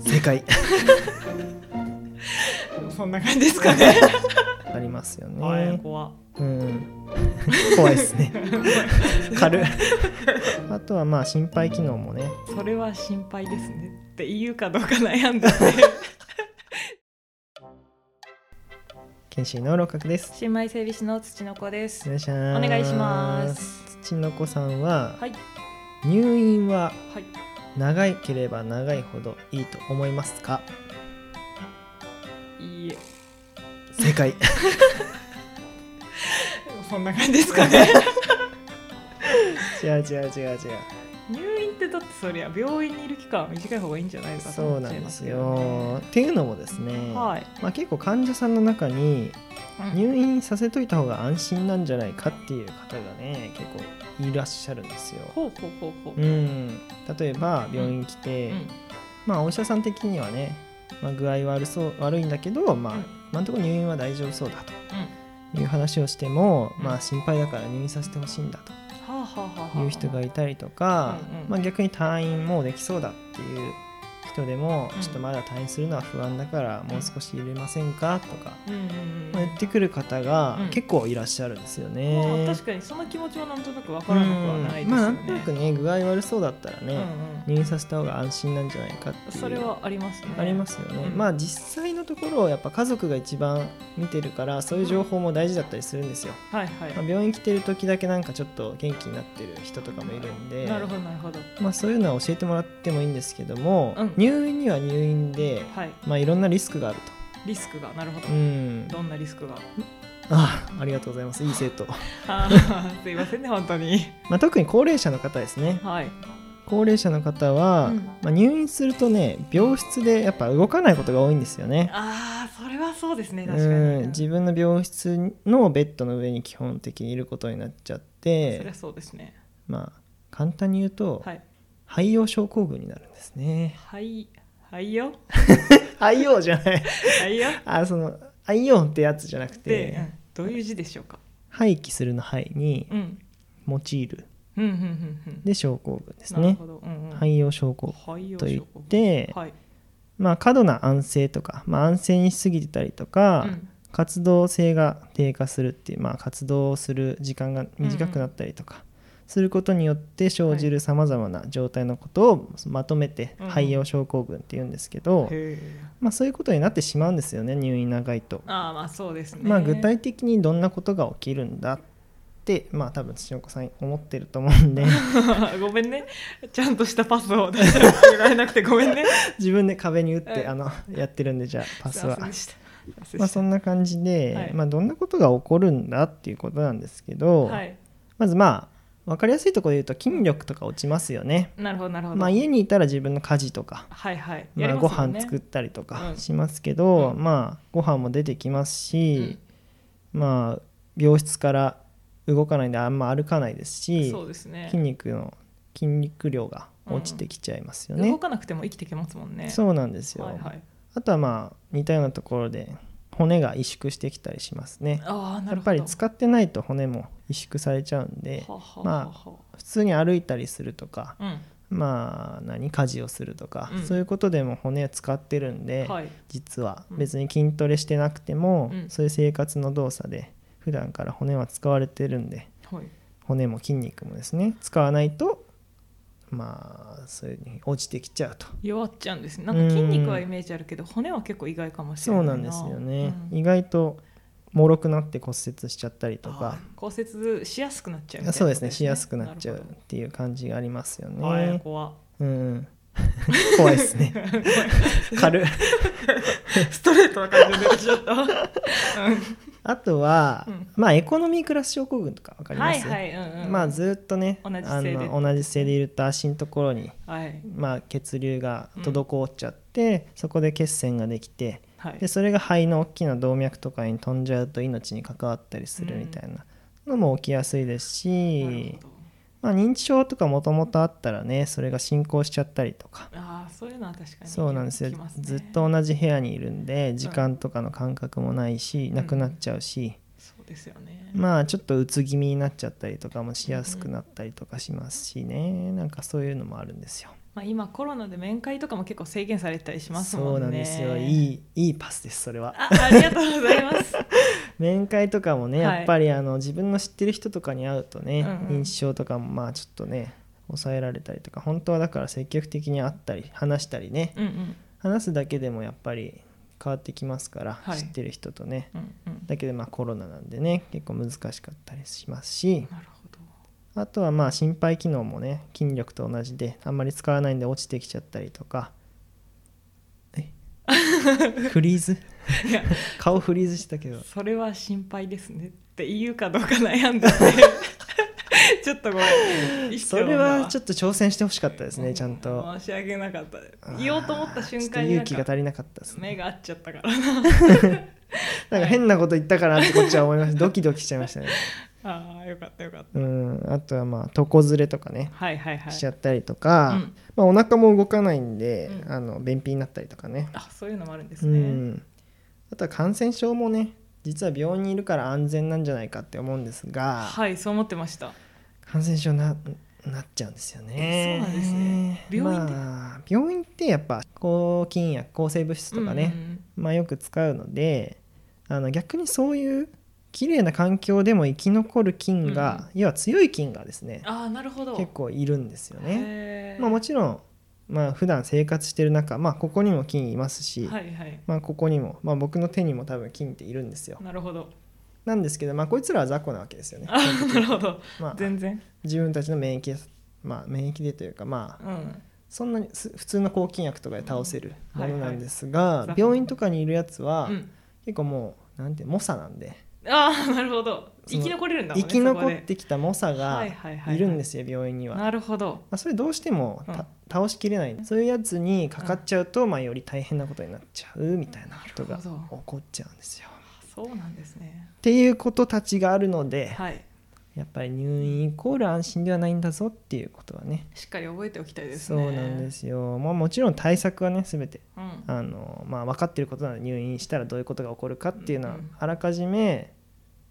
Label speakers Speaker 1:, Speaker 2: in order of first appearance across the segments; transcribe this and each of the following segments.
Speaker 1: 正解
Speaker 2: そんな感じですかね。
Speaker 1: ありますよね、
Speaker 2: はい、怖っ。
Speaker 1: うん、怖いですね軽いあとはまあ心肺機能もね
Speaker 2: それは心配ですねって言うかどうか悩んでて。
Speaker 1: 研修医の六角です
Speaker 2: 新米整備士の土の子です。
Speaker 1: お願いし
Speaker 2: お
Speaker 1: ます
Speaker 2: 願いします。
Speaker 1: 土の子さんは
Speaker 2: はい
Speaker 1: 入院は
Speaker 2: はい。
Speaker 1: 長いければ長いほどいいと思いますか
Speaker 2: いいえ。
Speaker 1: 正解
Speaker 2: そんな感じですかね。
Speaker 1: 違う違う違う違う
Speaker 2: 入院ってだってそりゃ病院にいる期間は短い方がいいんじゃないですか
Speaker 1: そうなんです。よっていうのもですね、
Speaker 2: はい。
Speaker 1: まあ、結構患者さんの中に
Speaker 2: うん
Speaker 1: 入院させといた方が安心なんじゃないかっていう方がね結構いらっしゃるんですよ
Speaker 2: ほうほうほうほう。
Speaker 1: うん、例えば病院来て、まあ、お医者さん的にはね、まあ、具合悪そう悪いんだけど、まあ
Speaker 2: うん
Speaker 1: 今のところ入院は大丈夫そうだという話をしても、まあ、心配だから入院させてほしいんだ
Speaker 2: はあはあはあ
Speaker 1: と
Speaker 2: はあ
Speaker 1: いう人がいたりとか、
Speaker 2: うんうん
Speaker 1: まあ、逆に退院もうできそうだっていう人でも、
Speaker 2: うん
Speaker 1: ちょっとまだ退院するのは不安だからもう少し入れませんかとか、
Speaker 2: うんうんう
Speaker 1: まあ言
Speaker 2: ん
Speaker 1: ってくる方が
Speaker 2: うん
Speaker 1: 結構いらっしゃるんですよね。
Speaker 2: まあ確かにその気持ちはなんとなくわからなくはないですよね。
Speaker 1: うんまあなんとなくね具合悪そうだったらね、
Speaker 2: うん
Speaker 1: 入院させた方が安心なんじゃないかってい
Speaker 2: うん、
Speaker 1: う
Speaker 2: それはありますね。
Speaker 1: ありますよね、
Speaker 2: うん
Speaker 1: まあ実際のところやっぱ家族が一番見てるからそういう情報も大事だったりするんですよ、
Speaker 2: はいはい。
Speaker 1: まあ、病院来てる時だけなんかちょっと元気になってる人とかもいるんで
Speaker 2: なるほどなるほど。
Speaker 1: まあ、そういうのは教えてもらってもいいんですけども、
Speaker 2: うん
Speaker 1: 入院には入院で、
Speaker 2: はい。
Speaker 1: まあ、いろんなリスクがある
Speaker 2: リスクがなるほど
Speaker 1: と。うん
Speaker 2: どんなリスク が。
Speaker 1: あありがとうございますいい生徒
Speaker 2: あーすいませんね本当に。
Speaker 1: まあ特に高齢者の方ですね
Speaker 2: はい。
Speaker 1: 高齢者の方は、
Speaker 2: うん
Speaker 1: まあ、入院するとね病室でやっぱ動かないことが多いんですよね
Speaker 2: ああそれはそうですね確かに。
Speaker 1: うん、自分の病室のベッドの上に基本的にいることになっちゃっ
Speaker 2: そり
Speaker 1: て
Speaker 2: ゃそうですね。
Speaker 1: まあ簡単に言うと、
Speaker 2: はい。
Speaker 1: 肺葉症候群になるんで すね
Speaker 2: はいはいよ
Speaker 1: 肺葉じゃない
Speaker 2: はいよ。
Speaker 1: あその肺葉ってやつじゃなく
Speaker 2: で、う
Speaker 1: て
Speaker 2: んどういう字でしょうか。
Speaker 1: 廃棄するの肺に
Speaker 2: うん。
Speaker 1: 用いる
Speaker 2: うんうんうんうん。
Speaker 1: で症候群です
Speaker 2: なる
Speaker 1: ね
Speaker 2: ほど。うんうん。
Speaker 1: 肺葉症候
Speaker 2: はいよ。
Speaker 1: 群といって、
Speaker 2: はい。
Speaker 1: まあ、過度な安静とか、まあ、安静にしすぎてたりとか、
Speaker 2: うん
Speaker 1: 活動性が低下するっていう、まあ、活動する時間が短くなったりとかすることによって生じるさまざまな状態のことをまとめて
Speaker 2: うんうん
Speaker 1: 肺葉症候群っていうんですけど、
Speaker 2: へえ。
Speaker 1: まあ、そういうことになってしまうんですよね入院長いと。
Speaker 2: ああまあそうですね。
Speaker 1: まあ、具体的にどんなことが起きるんだって、まあ、多分土岡さん思ってると思う んで
Speaker 2: ごめんね。ちゃんとしたパスを出してられなくてごめんね。
Speaker 1: 自分で壁に打って
Speaker 2: うん
Speaker 1: あのやってるんでじゃあパスは
Speaker 2: すいません。でした。すい
Speaker 1: ま
Speaker 2: ま
Speaker 1: あ、
Speaker 2: せ
Speaker 1: そ
Speaker 2: ん
Speaker 1: んな感じで、
Speaker 2: はい
Speaker 1: まあ、どんなことが起こるんだっていうことなんですけど、
Speaker 2: でしたはい。
Speaker 1: まずまあ分かりやすいところで言うと筋力とか落ちますよね。
Speaker 2: なるほどなるほど。
Speaker 1: まあ、家にいたら自分の家事とか、
Speaker 2: はいはい。
Speaker 1: まあ、ご飯作
Speaker 2: っ
Speaker 1: ったりとか
Speaker 2: うん
Speaker 1: しますけど、
Speaker 2: うん
Speaker 1: まあご飯も出てきますし、まあ病室から動かないんであんま歩かないですし
Speaker 2: そうですね
Speaker 1: 筋。肉の筋肉量が落ちてきちゃいますよね。
Speaker 2: 動かなくても生きてきますもんね。う
Speaker 1: そうなんですよ、
Speaker 2: はいはい。
Speaker 1: あとはまあ似たようなところで骨が萎縮してきたりしますね。
Speaker 2: ああなる
Speaker 1: やっ
Speaker 2: ほど。
Speaker 1: ぱり使ってないと骨も萎縮されちゃうんで
Speaker 2: はは
Speaker 1: まあ
Speaker 2: は
Speaker 1: 普通に歩いたりするとか、
Speaker 2: は
Speaker 1: まあ何家事をするとか、
Speaker 2: うん
Speaker 1: そういうことでも骨を使ってるん
Speaker 2: う
Speaker 1: で、
Speaker 2: ん。はい。
Speaker 1: 実は
Speaker 2: うん
Speaker 1: 別に筋トレしてなくても、
Speaker 2: うん
Speaker 1: そういう生活の動作で普段から骨は使われてるんで
Speaker 2: はい。
Speaker 1: 骨も筋肉もですね使わないとまあそういうふうに落ちてきちゃうと
Speaker 2: 弱っちゃうんですね。なんか筋肉はイメージあるけど骨は結構意外かもしれ
Speaker 1: そ
Speaker 2: な
Speaker 1: う
Speaker 2: い
Speaker 1: なんですよね、
Speaker 2: うん
Speaker 1: 意外と脆くなって骨折しちゃったりと
Speaker 2: あ
Speaker 1: か
Speaker 2: ー骨折しやすくなっちゃうみたいなこと。
Speaker 1: そうですねしやすくなっちゃう
Speaker 2: る
Speaker 1: っていう感じがありますよ
Speaker 2: ほど。はい
Speaker 1: ね、
Speaker 2: 怖っ。
Speaker 1: うん、 怖 いですね軽い
Speaker 2: ストレートな感じで出てきちゃった。うん
Speaker 1: あとは、
Speaker 2: うん
Speaker 1: まあエコノミークラス症候群とかわかりま
Speaker 2: はい
Speaker 1: す、
Speaker 2: はい、うんうん。
Speaker 1: まあずっとね
Speaker 2: 同じ
Speaker 1: あ
Speaker 2: 姿勢で
Speaker 1: の同じ姿勢でいると足のところに、
Speaker 2: はい
Speaker 1: まあ、血流が滞っちゃって、そこで血栓ができて
Speaker 2: はい
Speaker 1: で。それが肺の大きな動脈とかに飛んじゃうと命に関わったりするみたいなのも起きやすいです
Speaker 2: なる
Speaker 1: し
Speaker 2: ほ、ど
Speaker 1: まあ、認知症とかもともとあったらねそれが進行しちゃったりとか。
Speaker 2: ああそういうのは確かに
Speaker 1: そうなんですよ
Speaker 2: 聞きまね
Speaker 1: ずっと同じ部屋にいるんで時間とかの感覚もないし、なくなっちゃうし、
Speaker 2: そうですよね、
Speaker 1: まあちょっとうつ気味になっちゃったりとかもしやすくなったりとかしますしねなんかそういうのもあるんですよ。
Speaker 2: まあ、今コロナで面会とかも結構制限されたりしますもんね
Speaker 1: そうなんですよいいいいパスですそれは
Speaker 2: あありがとうございます
Speaker 1: 面会とかもね
Speaker 2: はい
Speaker 1: やっぱりあの自分の知ってる人とかに会うとね、
Speaker 2: うんうん
Speaker 1: 認知症とかもまあちょっとね抑えられたりとか本当はだから積極的に会ったり話したりね
Speaker 2: うんうん
Speaker 1: 話すだけでもやっぱり変わってきますから、
Speaker 2: はい
Speaker 1: 知ってる人とね
Speaker 2: うんうん
Speaker 1: だけどまあコロナなんでね結構難しかったりしますし
Speaker 2: なるほど
Speaker 1: あとはまあ心肺機能もね筋力と同じであんまり使わないんで落ちてきちゃったりとかえ フリーズ
Speaker 2: いや
Speaker 1: 顔フリーズしたけど
Speaker 2: それは心配ですねって言うかどうか悩んでて ちょっとごめん
Speaker 1: それはちょ
Speaker 2: っ
Speaker 1: っと挑戦してほしかったですねちゃんと
Speaker 2: 申し訳なかったです
Speaker 1: あー
Speaker 2: 言おうと思った瞬間に
Speaker 1: ちょ
Speaker 2: な
Speaker 1: っ
Speaker 2: ん
Speaker 1: と勇気が
Speaker 2: か
Speaker 1: 足りなかったです
Speaker 2: 目
Speaker 1: ね
Speaker 2: が合っちゃったから な
Speaker 1: なんか変なこと言ったかなってこっちは思いましたドキドキしちゃいまし たね
Speaker 2: ああよかったよかった
Speaker 1: うんあとはまあ床ずれとかね
Speaker 2: はいはいはい
Speaker 1: しちゃったりとか、
Speaker 2: うん
Speaker 1: まあ、お腹も動かないんで、
Speaker 2: うん
Speaker 1: あの便秘になったりとかね
Speaker 2: あそういうのもあるんです
Speaker 1: う
Speaker 2: ね、
Speaker 1: ん、あとは感染症もね実は病院にいるから安全なんじゃないかって思うんですが、
Speaker 2: はいそう思ってました
Speaker 1: 感染症ななっちゃうんですよね。
Speaker 2: そうなんですね病院って
Speaker 1: まあ、病院ってやっぱ抗菌薬抗生物質とかね、まあ、よく使うのであの逆にそういう綺麗な環境でも生き残る菌が、要は強い菌がですね
Speaker 2: うんうんああなるほど
Speaker 1: 結構いるんですよね。
Speaker 2: ね
Speaker 1: まあ、もちろん、まあ普段生活してる中、まあ、ここにも菌いますし、
Speaker 2: はいはい
Speaker 1: まあ、ここにも、まあ、僕の手にも多分菌っているんですよ。
Speaker 2: なるほど
Speaker 1: なんですけど、まあ、こいつらは雑魚なわけですよね。
Speaker 2: あーなるほど
Speaker 1: まあ、
Speaker 2: 全然
Speaker 1: 自分たちの免疫で、まあ、免疫でというか、まあ、
Speaker 2: うん
Speaker 1: そんなにす普通の抗菌薬とかで倒せる
Speaker 2: うん
Speaker 1: ものなんですが、
Speaker 2: いはい
Speaker 1: 病院とかにいるやつは、
Speaker 2: うん
Speaker 1: 結構もうなんて猛者なんで
Speaker 2: ああなるほど
Speaker 1: その
Speaker 2: 生き残れるんだもん
Speaker 1: 生
Speaker 2: ね
Speaker 1: き残っ
Speaker 2: そこ
Speaker 1: てきた猛者
Speaker 2: では
Speaker 1: が
Speaker 2: いはいはい
Speaker 1: いるんですすよ、病院には。ま
Speaker 2: なるほど
Speaker 1: あ、それどうしてもた、
Speaker 2: うん
Speaker 1: 倒しきれないそういうやつにかかっちゃうと、まあ、より大変なことになっちゃうみたいなことが
Speaker 2: な
Speaker 1: 起
Speaker 2: るほど
Speaker 1: こっちゃうんですよ。
Speaker 2: そうなんですね
Speaker 1: っていうことたちがあるので、
Speaker 2: はい
Speaker 1: やっぱり入院イコール安心ではないんだぞっていうことはね
Speaker 2: しっかり覚えておきたいです
Speaker 1: そ
Speaker 2: ね、
Speaker 1: うなんですすよ、まあ、もちろん対策はね全て
Speaker 2: うん、
Speaker 1: あの、まあ、分かっていることなので入院したらどういうことが起こるかっていうの
Speaker 2: う
Speaker 1: は
Speaker 2: んうん
Speaker 1: あらかじめ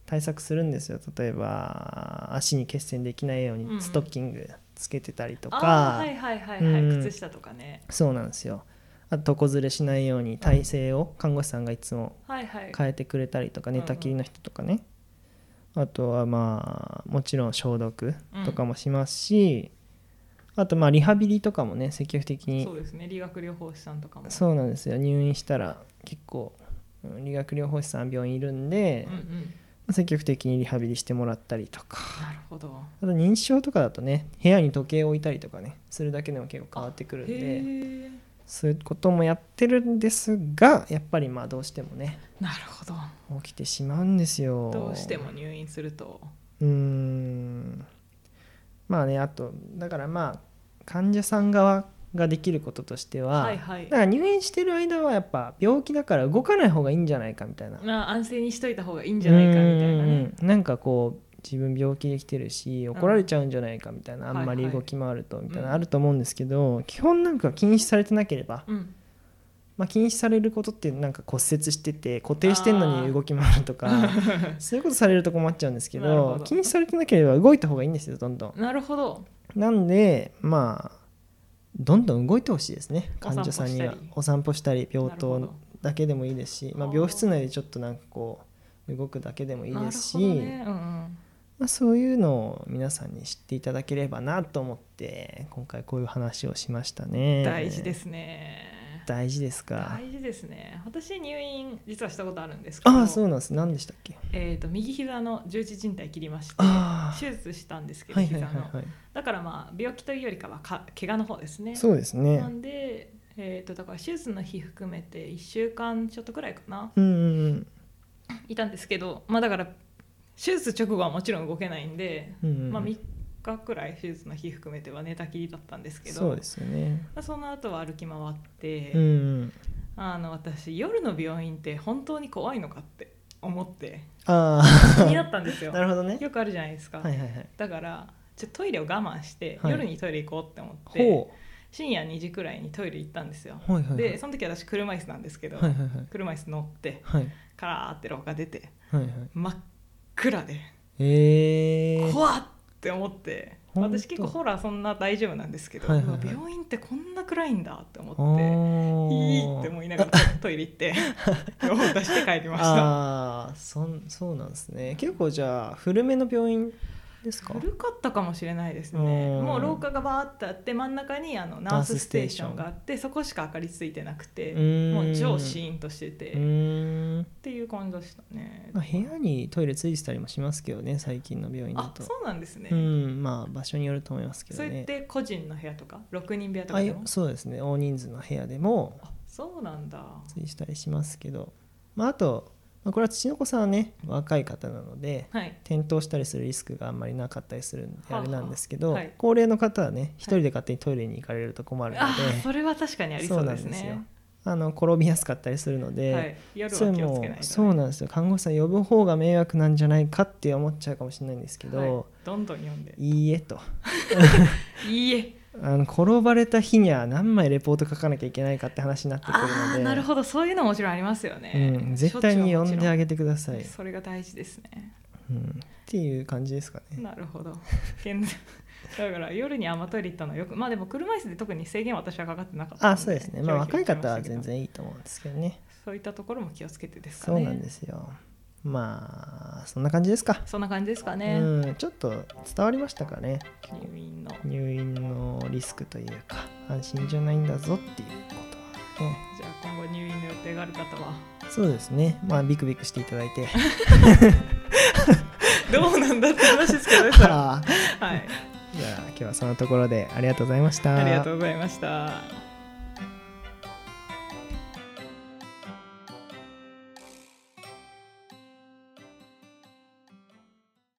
Speaker 1: 対策するんですよ例えば足に血栓できないよう
Speaker 2: うんう
Speaker 1: に
Speaker 2: ん
Speaker 1: ストッキングつけてたりと
Speaker 2: あー
Speaker 1: か、
Speaker 2: はいはいはいはい、
Speaker 1: うん
Speaker 2: 靴下とかね
Speaker 1: そうなんですよあと床ずれしないように体勢を看護師さんがいつも
Speaker 2: はいはい
Speaker 1: 変えてくれたりとか
Speaker 2: うんう
Speaker 1: 寝
Speaker 2: ん
Speaker 1: たきりの人とかね、あとはまあもちろん消毒とかもしますし、あとまあリハビリとかもね積極的に
Speaker 2: そうですね理学療法士さんとかも
Speaker 1: そうなんですよ入院したら結構うん理学療法士さん病院いるんで
Speaker 2: うん、うん
Speaker 1: 積極的にリハビリしてもらったりとか
Speaker 2: なるほど
Speaker 1: あと認知症とかだとね部屋に時計を置いたりとかねするだけでも結構変わってくるん
Speaker 2: へ
Speaker 1: で
Speaker 2: ー
Speaker 1: そういうこともやってるんですがやっぱりまあどうしてもね
Speaker 2: なるほど
Speaker 1: 起きてしまうんですよ
Speaker 2: どうしても入院すると
Speaker 1: うーんまあねあとだからまあ患者さん側ができることとしては、
Speaker 2: はいはい
Speaker 1: だから入院してる間はやっぱ病気だから動かない方がいいんじゃないかみたいな。
Speaker 2: まあ安静にしといた方がいいんじゃないかみたいな
Speaker 1: うんうん
Speaker 2: ね
Speaker 1: うんなんかこう自分病気できてるし怒られちゃうんじゃないかみたいな、あんまり動き回るとみたい
Speaker 2: はい
Speaker 1: な
Speaker 2: はい
Speaker 1: あると思うんですけど、基本なんか禁止されてなければ、
Speaker 2: うん
Speaker 1: まあ、禁止されることってなんか骨折してて固定してんのに動き回る とかそういうことされると困っちゃうんですけ
Speaker 2: なる
Speaker 1: ど
Speaker 2: ほど
Speaker 1: 禁止されてなければ動いた方がいいんですよどんど ん。
Speaker 2: なるほど
Speaker 1: なんでまあどんどん動いてほしいですね患者さんにはお散歩したり病
Speaker 2: なる
Speaker 1: 棟
Speaker 2: ほ
Speaker 1: だけでもいいですし、まあ
Speaker 2: あ、ー
Speaker 1: 病室内でちょっとなんかこう動くだけでもいいですし、
Speaker 2: なるほどねうんうん
Speaker 1: まあ、そういうのを皆さんに知っていただければなと思って今回こういう話をしましたね
Speaker 2: 大事ですね
Speaker 1: 大事ですか
Speaker 2: 大事ですね私入院実はしたことあるんですけど
Speaker 1: ああそうなんです何でしたっけ
Speaker 2: えーと右膝の十字靭帯切りまして
Speaker 1: ああ
Speaker 2: 手術したんですけど、
Speaker 1: はいはい
Speaker 2: 膝
Speaker 1: は
Speaker 2: の、
Speaker 1: いはい
Speaker 2: だからまあ病気というよりかはか怪我の方ですね
Speaker 1: そうです
Speaker 2: な
Speaker 1: ね
Speaker 2: んで、えー、とだから手術の日含めて1週間ちょっとくらいかな
Speaker 1: うんうん
Speaker 2: いたんですけどまあだから手術直後はもちろん動けないんで、
Speaker 1: うんうんうん
Speaker 2: まあ、3日くらい手術の日含めては寝たきりだったんですけど
Speaker 1: そうですよね
Speaker 2: まあ、その後は歩き回って、
Speaker 1: うんうん
Speaker 2: あの私夜の病院って本当に怖いのかって思 って
Speaker 1: あ
Speaker 2: 気になったんです
Speaker 1: あ
Speaker 2: よ
Speaker 1: なるほどね
Speaker 2: よくあるじゃないですか、
Speaker 1: はいはいはい
Speaker 2: だからちょっとトイレを我慢して、
Speaker 1: はい
Speaker 2: 夜にトイレ行こうって思って
Speaker 1: ほ
Speaker 2: 深夜2時くらいにトイレ行ったんですよ、
Speaker 1: うはいはいはい
Speaker 2: でその時私車椅子なんですけど、
Speaker 1: はいはいはい
Speaker 2: 車椅子乗って
Speaker 1: はい
Speaker 2: カラーって廊下出て
Speaker 1: はいはい
Speaker 2: 真っ暗で
Speaker 1: えー、
Speaker 2: 怖っって思って
Speaker 1: ほんと
Speaker 2: 私結構ホラーそんな大丈夫なんですけど、
Speaker 1: はいはいはいう
Speaker 2: わ病院ってこんな暗いんだって思って
Speaker 1: おー
Speaker 2: いいって思いながらトイレ行って 顔を出して帰りました
Speaker 1: ああーそんそうなんですね結構じゃあ古めの病院ですか
Speaker 2: 古かったかもしれないです
Speaker 1: う
Speaker 2: ね
Speaker 1: ん
Speaker 2: もう廊下がバーってあって真ん中にあのナースステーションがあってそこしか明かりついてなくても
Speaker 1: も
Speaker 2: う超シーンとしてて
Speaker 1: うーん
Speaker 2: っていう感じでしたね
Speaker 1: まあ部屋にトイレついてたりもしますけどね最近の病院だ
Speaker 2: あ
Speaker 1: と
Speaker 2: そうなんですね、
Speaker 1: うんまあ場所によると思いますけ
Speaker 2: それ
Speaker 1: ど
Speaker 2: っ
Speaker 1: ね
Speaker 2: て個人の部屋とか6人部屋とか
Speaker 1: あい
Speaker 2: で
Speaker 1: や
Speaker 2: も
Speaker 1: そうですね大人数の部屋でも
Speaker 2: あそうなんだ
Speaker 1: ついてたりしますけど、まあ、あと、まあ、これは父の子さんはね若い方なので
Speaker 2: はい
Speaker 1: 転倒したりするリスクがあんまりなかったりするんで
Speaker 2: はあ
Speaker 1: あれなんですけど、
Speaker 2: はい
Speaker 1: 高齢の方はね一人で勝手にトイレに行かれると困るので、
Speaker 2: あそれは確かにありそうです
Speaker 1: そうなん
Speaker 2: ね
Speaker 1: あの転びやすかったりするので、
Speaker 2: はい、夜
Speaker 1: それ
Speaker 2: は気をつけ
Speaker 1: も
Speaker 2: ないと、ね、
Speaker 1: そうなんですよ看護師さん呼ぶ方が迷惑なんじゃないかって思っちゃうかもしれないんですけど、
Speaker 2: はい、どんどん読んで
Speaker 1: い、いえと
Speaker 2: いいえ
Speaker 1: あの転ばれた日には何枚レポート書かなきゃいけないかって話になってくる
Speaker 2: あ
Speaker 1: の
Speaker 2: あ
Speaker 1: で
Speaker 2: なるほどそういうのもちろんありますよね、
Speaker 1: うん、絶対に呼んであ
Speaker 2: げ
Speaker 1: げてください、
Speaker 2: それが大事ですね
Speaker 1: うん、っていう感じですかね。
Speaker 2: なるほど現在だから夜にアマトイレ行ったのはよくまあでも車椅子で特に制限は私はかかってなかったの
Speaker 1: あそうですね、まあ、
Speaker 2: 拒否
Speaker 1: 若い
Speaker 2: しまし
Speaker 1: 方
Speaker 2: た
Speaker 1: は
Speaker 2: けど
Speaker 1: 全然いいと思うんですけどね
Speaker 2: そういったところも気をつけてですか
Speaker 1: そ
Speaker 2: ね
Speaker 1: うなんですよまあそんな感じですか、
Speaker 2: そんな感じですかね、
Speaker 1: うん、ちょっと伝わりましたかね
Speaker 2: 入院の
Speaker 1: 入院のリスクというか安心じゃないんだぞっていうことはね
Speaker 2: じゃあ今後入院の予定がある方は
Speaker 1: そうですねまあビクビクしていただい て
Speaker 2: どうなんだって話ですけどねそれは
Speaker 1: あー
Speaker 2: はい
Speaker 1: じゃあ今日はそのところでありがとうございました
Speaker 2: ありがとうございました。